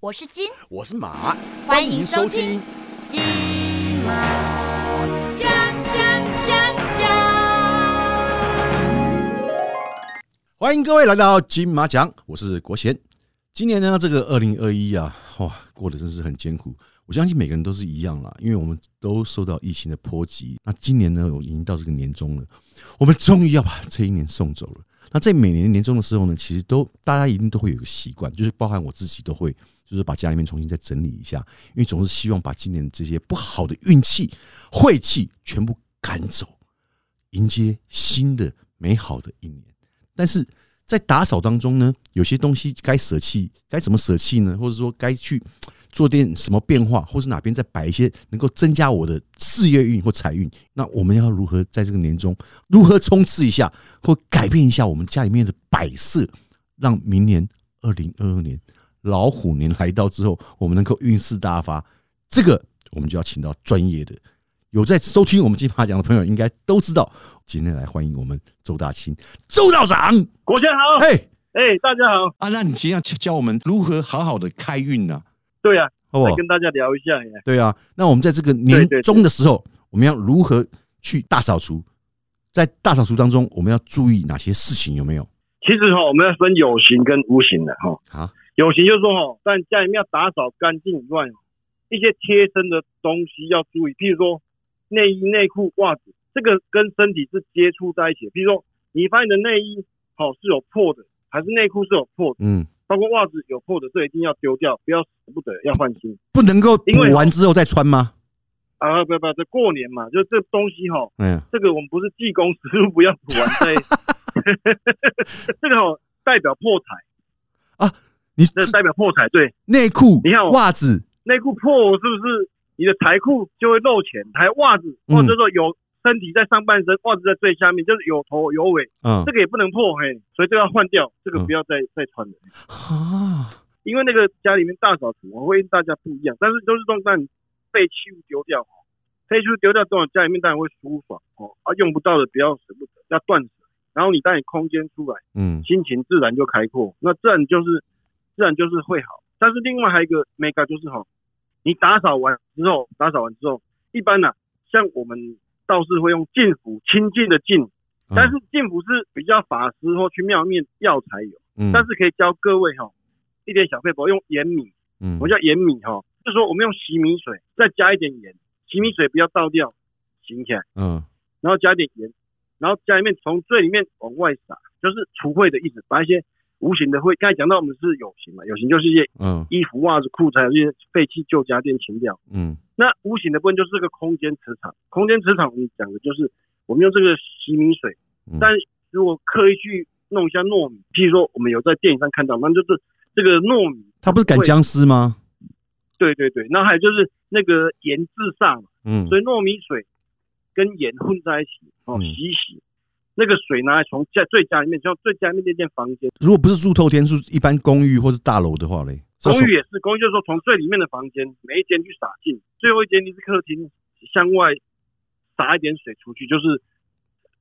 我是金，我是马，欢迎收听金马讲讲讲讲。欢迎各位来到金马奖，我是国贤。今年呢，这个二零二一啊，哇，过得真是很艰苦。我相信每个人都是一样啦，因为我们都受到疫情的波及。那今年呢，我已经到这个年终了，我们终于要把这一年送走了。那在每年年终的时候呢，其实都大家一定都会有个习惯，就是包含我自己都会，就是把家里面重新再整理一下，因为总是希望把今年这些不好的运气、晦气全部赶走，迎接新的美好的一年。但是在打扫当中呢，有些东西该舍弃，该怎么舍弃呢？或者说该去做点什么变化，或是哪边再摆一些能够增加我的事业运或财运？那我们要如何在这个年终如何冲刺一下，或改变一下我们家里面的摆设，让明年二零二二年老虎年来到之后，我们能够运势大发？这个我们就要请到专业的。有在收听我们金马奖的朋友，应该都知道。今天来欢迎我们周大清周道长，国轩好，嘿、哎、大家好，啊，那你今天要教教我们如何好好的开运呢、对呀、好不来好？啊跟大家聊一下耶。哦对啊，那我们在这个年对对对终的时候，我们要如何去大扫除？在大扫除当中，我们要注意哪些事情？有没有其实哈、我们要分有形跟无形的哈、啊？有形就是说哈、但家里面要打扫干净以外，一些贴身的东西要注意，譬如说内衣、内裤、袜子，这个跟身体是接触在一起的。譬如说，你发现你的内衣好、是有破的，还是内裤是有破的，嗯，包括袜子有破的，这一定要丢掉，不要舍不得，要换新不能够补因为完之后再穿吗？啊！不不，这过年嘛，就这东西哈、嗯，这个我们不是济公师傅不要补完再， 这个哦代表破财，你这代表破财。对，内裤你看、我袜子，内裤破是不是你的财库就会漏钱？还袜子，嗯或者说有身体在上半身，袜子在最下面，就是有头有尾，嗯这个也不能破嘿，所以这个要换掉，这个嗯不要再、再穿了。啊，因为那个家里面大扫除，我会大家不一样，但是都是让让你废弃物丢掉哦，废弃物丢掉之后，家里面当然会舒爽哦，啊，用不到的不要舍不得，要断舍，然后你当你空间出来，嗯心情自然就开阔，那自然就是自然就是会好。但是另外还有一个 mega 就是哈，你打扫完之后，打扫完之后，一般呢、像我们道士会用净符，清净的净，嗯但是净符是比较法师或去庙面要才有。嗯但是可以教各位哈、一点小配博，用盐米，嗯我叫盐米哈、就是说我们用洗米水，再加一点盐，洗米水不要倒掉，醒起来，嗯然后加一点盐，然后家里面从最里面往外撒，就是除秽的意思，把一些无形的秽，刚才讲到我们是有形嘛，有形就是一些嗯衣服、袜子、裤子，还有一些废弃旧家电清掉。嗯那无形的部分就是这个空间磁场，空间磁场我们讲的就是我们用这个洗米水嗯，但如果刻意去弄一下糯米，譬如说我们有在电影上看到，那就是这个糯米，他不是赶会僵尸吗？对对对，那还有就是那个盐制煞嘛，嗯所以糯米水跟盐混在一起哦，嗯洗一洗，那个水拿来从家最家里面，像最家里面那间房间，如果不是住透天，住一般公寓或是大楼的话嘞，是公要寓也是，公寓就是说从最里面的房间每一间去洒进，最后一间你是客厅，向外洒一点水出去，就是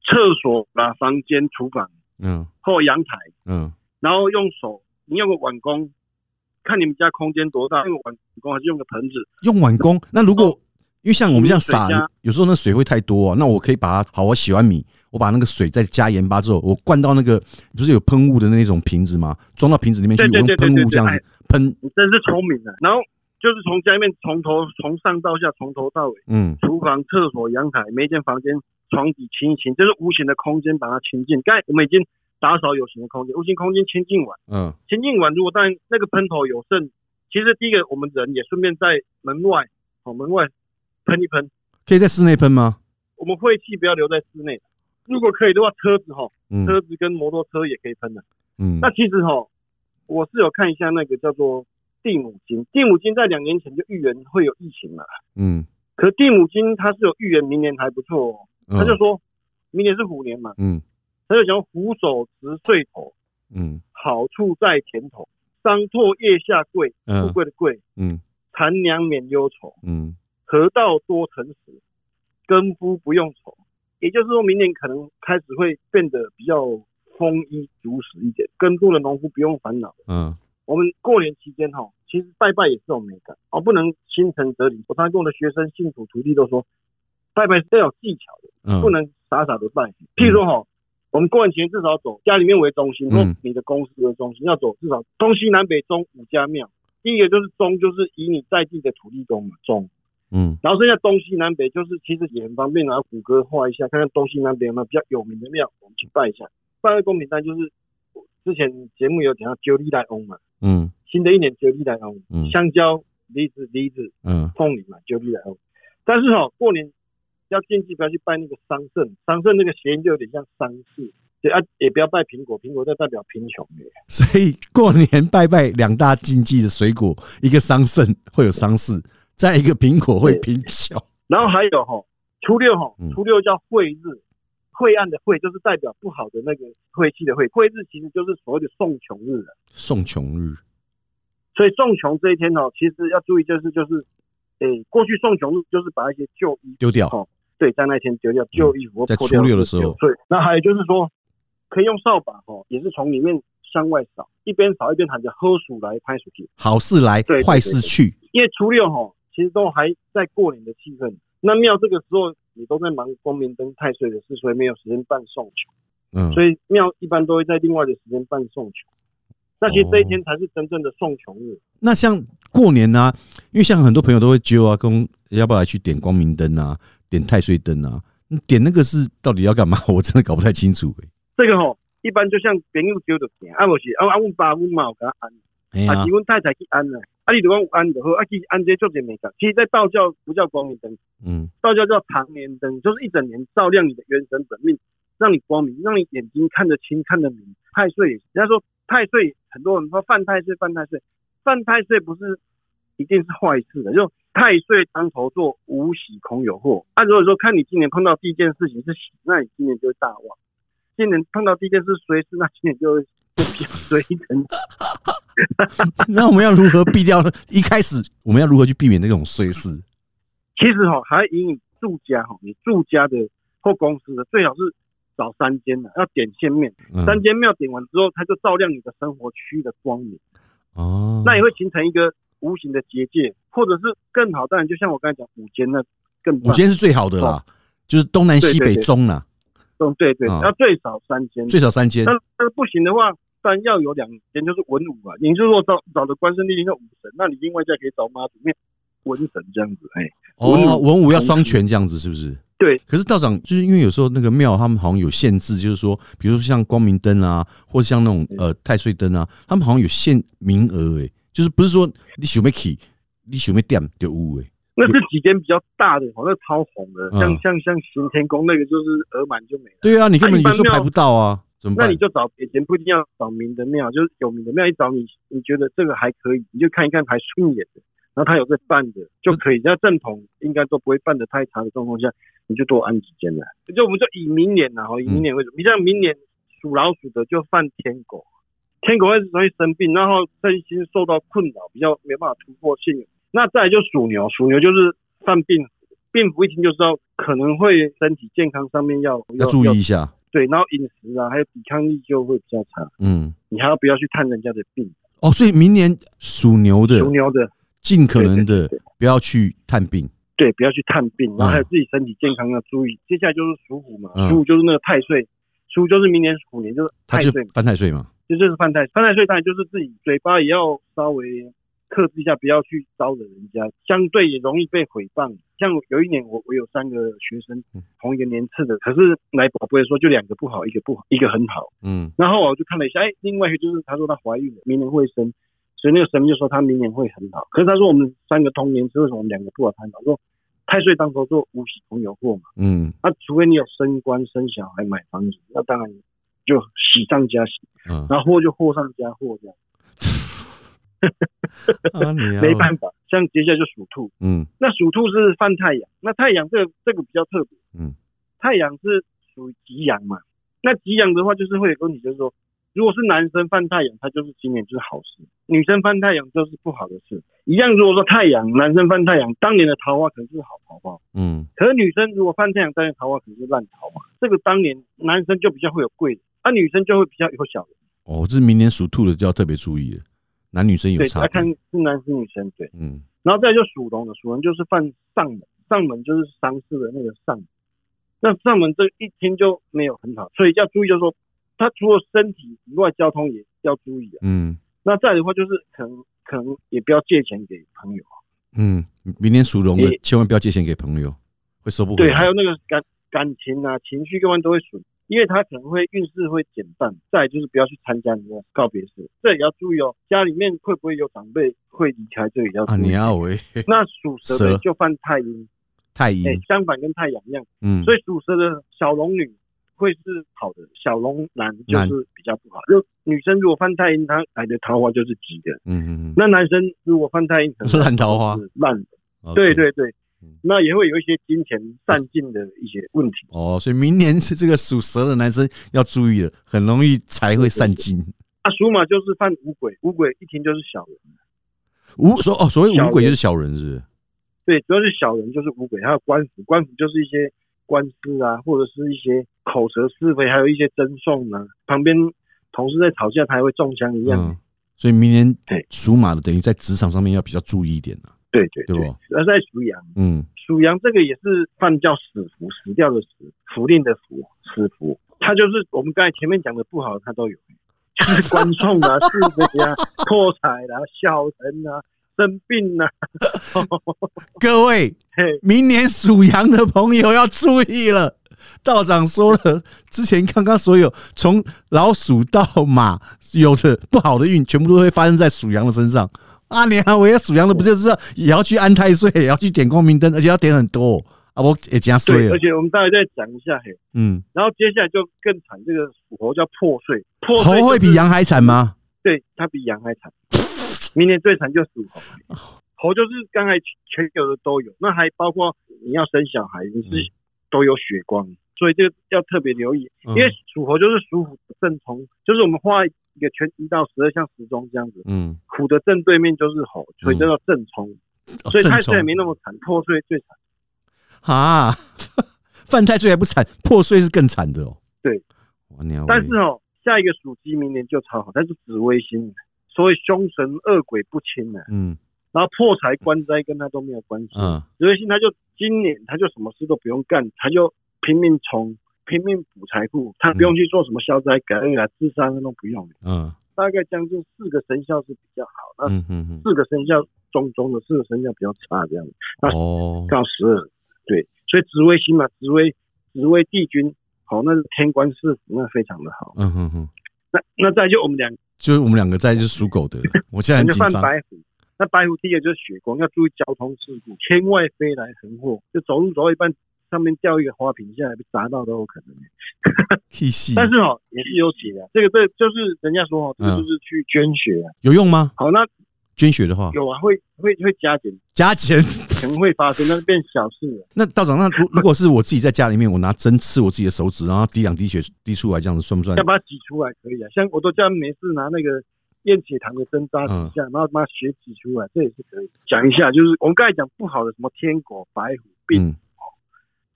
厕所啦、房间、厨房嗯或阳台，嗯然后用手，你用个碗公，看你们家空间多大，用个碗公还是用个盆子，用碗工。那如果、因为像我们这样哦水撒加，有时候那水会太多啊，那我可以把它好，我洗完米，我把那个水再加盐巴之后，我灌到那个不是有喷雾的那种瓶子吗？装到瓶子里面去，对我用对对对喷对雾对这样子哎喷，你真是聪明啊！然后就是从家里面从头从上到下，从头到尾，嗯厨房、厕所、阳台，每一间房间床底清一清，就是无形的空间把它清净。刚才我们已经打扫有形的空间，无形空间清净完。嗯前进完，如果当然那个喷头有剩，其实第一个我们人也顺便在门外，哦门外喷一喷，可以在室内喷吗？我们晦气不要留在室内。如果可以的话，车子哈，嗯车子跟摩托车也可以喷的。嗯那其实哈，我是有看一下那个叫做地母金，地母金在两年前就预言会有疫情嘛，嗯，可地母金它是有预言明年还不错、哦，他就嗯说明年是虎年嘛，嗯他就讲虎首直岁头，嗯好处在前头，伤破腋下贵，富嗯贵的贵。嗯残娘免忧愁，嗯河道多诚实，耕夫不用愁。也就是说，明年可能开始会变得比较丰衣足食一点，耕作的农夫不用烦恼，嗯我们过年期间哈，其实拜拜也是种美感哦，不能心诚则灵。我常常跟我的学生、信徒、徒弟都说，拜拜是要有技巧的，嗯，不能傻傻的拜。譬如说哈，我们过年前至少走家里面为中心，或嗯你的公司为中心，要走至少东西南北中五家庙。第一个就是中，就是以你在地的土地公嘛，中。嗯然后剩下东西南北，就是其实也很方便，拿谷歌画一下，看看东西南北有没有比较有名的庙，我们去拜一下。拜会公平单就是之前节目有讲到九里来翁嘛，嗯新的一年九里来翁，嗯香蕉、梨子、梨子、嗯凤梨嘛，九里来翁。但是哦，过年要禁忌不要去拜那个桑葚，桑葚那个谐音就有点像丧事，对啊，也不要拜苹果，苹果就代表贫穷的。所以过年拜拜两大禁忌的水果，一个桑葚会有丧事，再一个苹果会贫穷。然后还有哈、初六哈、嗯初六叫晦日，晦暗的晦就是代表不好的那个晦气的晦，晦日其实就是所谓的送穷日了。送穷日，所以送穷这一天哦，其实要注意就是就是，诶，过去送穷日就是把一些旧衣丢掉哦对在那一天丢掉旧衣服或嗯在破掉初六的时候对，那还有就是说，可以用扫把哦，也是从里面向外扫，一边扫一边喊着“喝鼠来拍鼠去好事来对对，对坏事去。”，因为初六哈其实都还在过年的气氛，那庙这个时候也都在忙光明灯太岁的事，所以没有时间办送穷。嗯，所以庙一般都会在另外的时间办送穷。那其实这一哦天才是真正的送穷日。那像过年呢、啊，因为像很多朋友都会揪啊，跟要不要来去点光明灯啊，点太岁灯啊，你点那个是到底要干嘛？我真的搞不太清楚、欸。这个吼，一般就像朋友丢的钱，啊我是啊啊阮爸阮妈有甲安，哎啊呀是，阮太太去安啦，啊你如果有安就好，啊其实安这做者没干。其实，在道教不叫光明灯，嗯 道教叫长年灯，就是一整年照亮你的元神本命，让你光明，让你眼睛看得清、看得明。太岁也是，人家说太岁，很多人说犯太岁、犯太岁，犯太岁不是一定是坏事的，就太岁当头做，无喜恐有祸。那、如果说看你今年碰到第一件事情是喜，那你今年就会大旺；今年碰到第一件事衰事，那今年就会就比较衰一点。那我们要如何避掉呢？一开始我们要如何去避免那种衰事？其实哈、还以你住家哈、你住家的或公司的，最好是找三间的，要点线面。嗯三间庙点完之后，它就照亮你的生活区的光明，哦，那也会形成一个无形的结界，或者是更好。当然，就像我刚才讲五间那更五棒，间是最好的哦啦，就是东南西对北对对中啦，嗯对对，啊要最少三间。最少三间但。但是不行的话，当然要有两间，就是文武啊。你就如果找找的关圣帝君叫武神，那你另外再可以找妈祖面文神这样子，哎，文哦，武文武要双全这样子是不是？对。可是道长就是因为有时候那个庙他们好像有限制，就是说，比如说像光明灯啊，或者像那种呃太岁灯啊，他们好像有限名额诶、就是不是说你想要起，你想要点就有诶、那是几间比较大的，好像超红的，嗯像像像行天宫那个就是额满就没了。对啊，你根本啊有一般时候排庙不到啊，怎么那办你？就找以前不一定要找名的庙，就是有名的庙，一找你你觉得这个还可以，你就看一看还顺眼的，然后他有在办的就可以。那正统应该都不会办的太长的状况下，你就多安几间了。就我们就以明年然后嗯以明年为主，你像明年属老鼠的就犯天狗，天狗会容易生病，然后身心受到困扰，比较没办法突破性。那再来就属牛，属牛就是犯病符，病符一听就知道可能会身体健康上面要要注意一下，对，然后饮食啊，还有抵抗力就会比较差。嗯。你还要不要去探人家的病？哦，所以明年属牛的属，牛的，尽可能的对对对不要去探病。对，不要去探病，然后还有嗯自己身体健康要注意。接下来就是属虎嘛，嗯属虎就是那个太岁，属虎就是明年虎年就是他太就岁嘛，犯太岁嘛，这就是犯太岁犯太岁，当然就是自己嘴巴也要稍微克制一下，不要去招惹人家，相对也容易被诽谤。像有一年我我有三个学生嗯，同一个年次的，可是来宝贝说就两个不好，一个不好，一个很好。嗯，然后我就看了一下，哎，另外一个就是她说她怀孕了，明年会生，所以那个神明就说她明年会很好。可是她说我们三个同年，是为什么我们两个不好参考？我说太岁当头做无喜同有祸嘛，嗯那、除非你有升官、生小孩、买房子，那当然就喜上加喜，嗯，然后祸就祸上加祸这样，啊你啊没办法。像接下来就属兔，嗯那属兔是犯太阳，那太阳这个这个比较特别，嗯，太阳是属于吉阳嘛，那吉阳的话就是会有个问题，就是说，如果是男生犯太阳，他就是今年就是好事；女生犯太阳就是不好的事。一样，如果说太阳男生犯太阳，当年的桃花可能是好桃花，嗯可是女生如果犯太阳，当年桃花可能是烂桃花。这个当年男生就比较会有贵人，啊，女生就会比较有小人。哦，这是明年属兔的就要特别注意了。男女生有对，差来别看。是男是女生，对。嗯，然后再就属龙的，属龙就是犯上门，上门就是丧事的那个上门。那上门这一听就没有很好，所以要注意，就是说他除了身体以外，交通也要注意啊。嗯那再来的话就是可能可能也不要借钱给朋友，嗯，明天属龙的你千万不要借钱给朋友，会收不回来。对，还有那个感感情啊、情绪各方面都会损，因为他可能会运势会减半。再来就是不要去参加你的告别式，这也要注意哦。家里面会不会有长辈会离开，这也要注啊，意。你要为那属蛇的蛇嗯就犯太阴，太阴哎、，相反跟太阳一样。嗯，所以属蛇的小龙女会是好的，小龙男就是比较不好。就女生如果犯太阴，她来的桃花就是吉的；嗯嗯那男生如果犯太阴， 可能烂桃花是烂的。嗯，对 OK 对对嗯，那也会有一些金钱散尽的一些问题。哦，所以明年是这个属蛇的男生要注意了，很容易财会散尽。啊，属马就是犯五鬼，五鬼一听就是小人，无所哦，所谓小五鬼人就是小人，是不是？对，主要是小人就是五鬼，还有官府，官府就是一些官司啊，或者是一些口舌是非，还有一些争讼啊，旁边同事在吵架，他还会中枪一样。嗯，所以明年对属马的等于在职场上面要比较注意一点了，对对对哦对，不？而在属羊。嗯属羊这个也是犯叫死符，死掉的死，符令的符，死符，它就是我们刚才前面讲的不好的，它都有，就是官冲啊、是 非啊、破财啊、小人啊、生病啊，各位，嘿，明年属羊的朋友要注意了。道长说了，之前刚刚所有从老鼠到马有的不好的运，全部都会发生在属羊的身上。啊，你啊，我要属羊的不就是要也要去安太岁，也要去点光明灯，而且要点很多哦啊，我也加对，岁了而。且我们待会再讲一下，嘿，嗯，然后接下来就更惨，这个属猴叫破碎，破碎、猴会比，羊还惨吗？对，它比羊还惨，明年最惨就属猴。猴就是刚才全有的都有，那还包括你要生小孩，你嗯是都有血光，所以这个要特别留意。因因为属猴就是属虎的正冲，就是我们画一个圈一到十二，像时钟这样子，嗯，虎的正对面就是猴，所以叫做正冲，哦所以太正岁冲也没那么惨，破碎最惨。啊，犯太岁还不惨，破碎是更惨的哦。对哇，我娘喂，但是哦，下一个属鸡明年就超好，它是紫微星，所以凶神恶鬼不侵呢、嗯然后破财官灾跟他都没有关系，嗯紫微星他就今年他就什么事都不用干，他就拼命冲。拼命补财库，他不用去做什么消灾改运啊、治伤那都不用。嗯大概将近四个生肖是比较好，那嗯嗯嗯，四个生肖中中的四个生肖比较差这样，那哦，到十二，对，所以紫微星嘛，紫微紫微帝君，好、那是天官赐福，那非常的好。嗯哼哼，那那再就我们两个就是我们两个在就是属狗的 了，我现在很人紧就犯张。白虎，那白虎第一个就是血光，要注意交通事故，天外飞来横祸，就走路走到一半。上面掉一个花瓶下来被砸到都有可能，气息但是哦也是有血的，这个这就是人家说哦，这个嗯嗯哦就是去捐血啊。有用吗？好，那捐血的话有啊，会会会加减，加钱。可能会发生，但是变小事了。那道 长，那如如果是我自己在家里面，我拿针刺我自己的手指，然后滴两滴血滴出来，这样子算不算要？把它挤出来可以啊。像我都叫他们没事拿那个验血糖的针扎几嗯下，然后把血挤出来，这也是可以。讲一下，就是我们刚才讲不好的什么天狗、白虎、病、嗯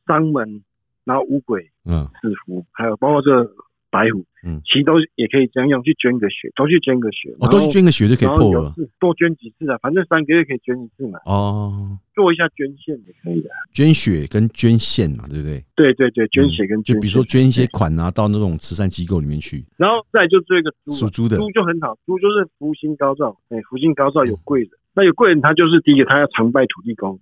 伤门，然后五鬼、嗯四福，还有包括这个白虎，嗯其实都也可以这样用，去捐个血，都去捐个血，哦，都然是后捐个血就可以然后破有了。事多捐几次啊，反正三个月可以捐一次嘛，哦，做一下捐献也可以的。捐血跟捐献嘛，对不对？对对对，捐血跟就捐比如说献捐一些款啊，到那种慈善机构里面去。然后再就这个猪啊，属猪的嗯猪就很好，猪就是福星高照，哎，福星高照有贵人，那有贵人他就是第一个他要常拜土地公，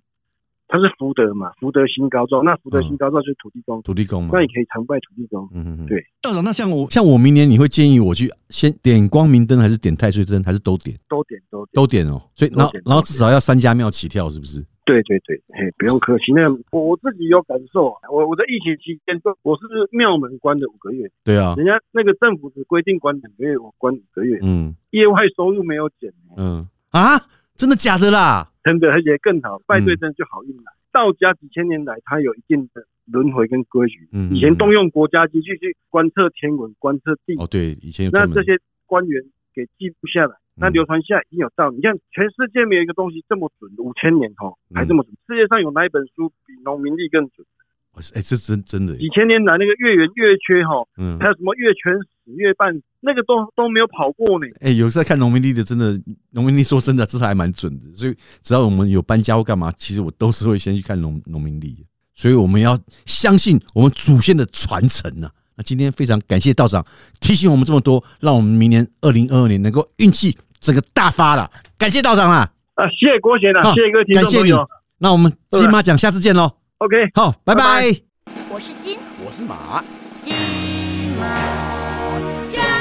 他是福德嘛，福德星高照，那福德星高照就是土地公，土地公嘛那，你可以常拜土地公，嗯嗯嗯对。道长，那像我像我明年，你会建议我去先点光明灯，还是点太岁灯，还是都点？都点都点，都点哦。所以，都点然后都点然后至少要三家庙起跳，是不是？对对对，嘿，不用客气，那个我我自己有感受啊，我我在疫情期间，我是庙门关了五个月，对啊，人家那个政府只规定关两个月，我关五个月，嗯业外收入没有减，嗯啊，真的假的啦？真的而且更好，拜对真的就好运嗯来。道家几千年来，它有一定的轮回跟规矩。嗯，以前动嗯用国家机器去观测天文、观测地理，哦，对，以前有那专门这些官员给记录下来，那嗯流传下来已经有道理。你看，全世界嗯没有一个东西这么准，五千年哦，还这么准。世界上有哪一本书比农民历更准？哦是哎，这真真的耶，几千年来那个月圆月缺哈，嗯还，有什么月全死、月半，那个都都没有跑过呢。哎，有时候看农民历的，真的农民历 说真的，这是还蛮准的。所以只要我们有搬家或干嘛，其实我都是会先去看农农民历。所以我们要相信我们祖先的传承呐、那今天非常感谢道长提醒我们这么多，让我们明年二零二二年能够运气整个大发了。感谢道长啦，啊，谢谢郭贤啊，好谢谢各位听感众谢朋你友。。那我们金马奖下次见喽， OK，好，拜拜拜。我是金我是马。金毛将。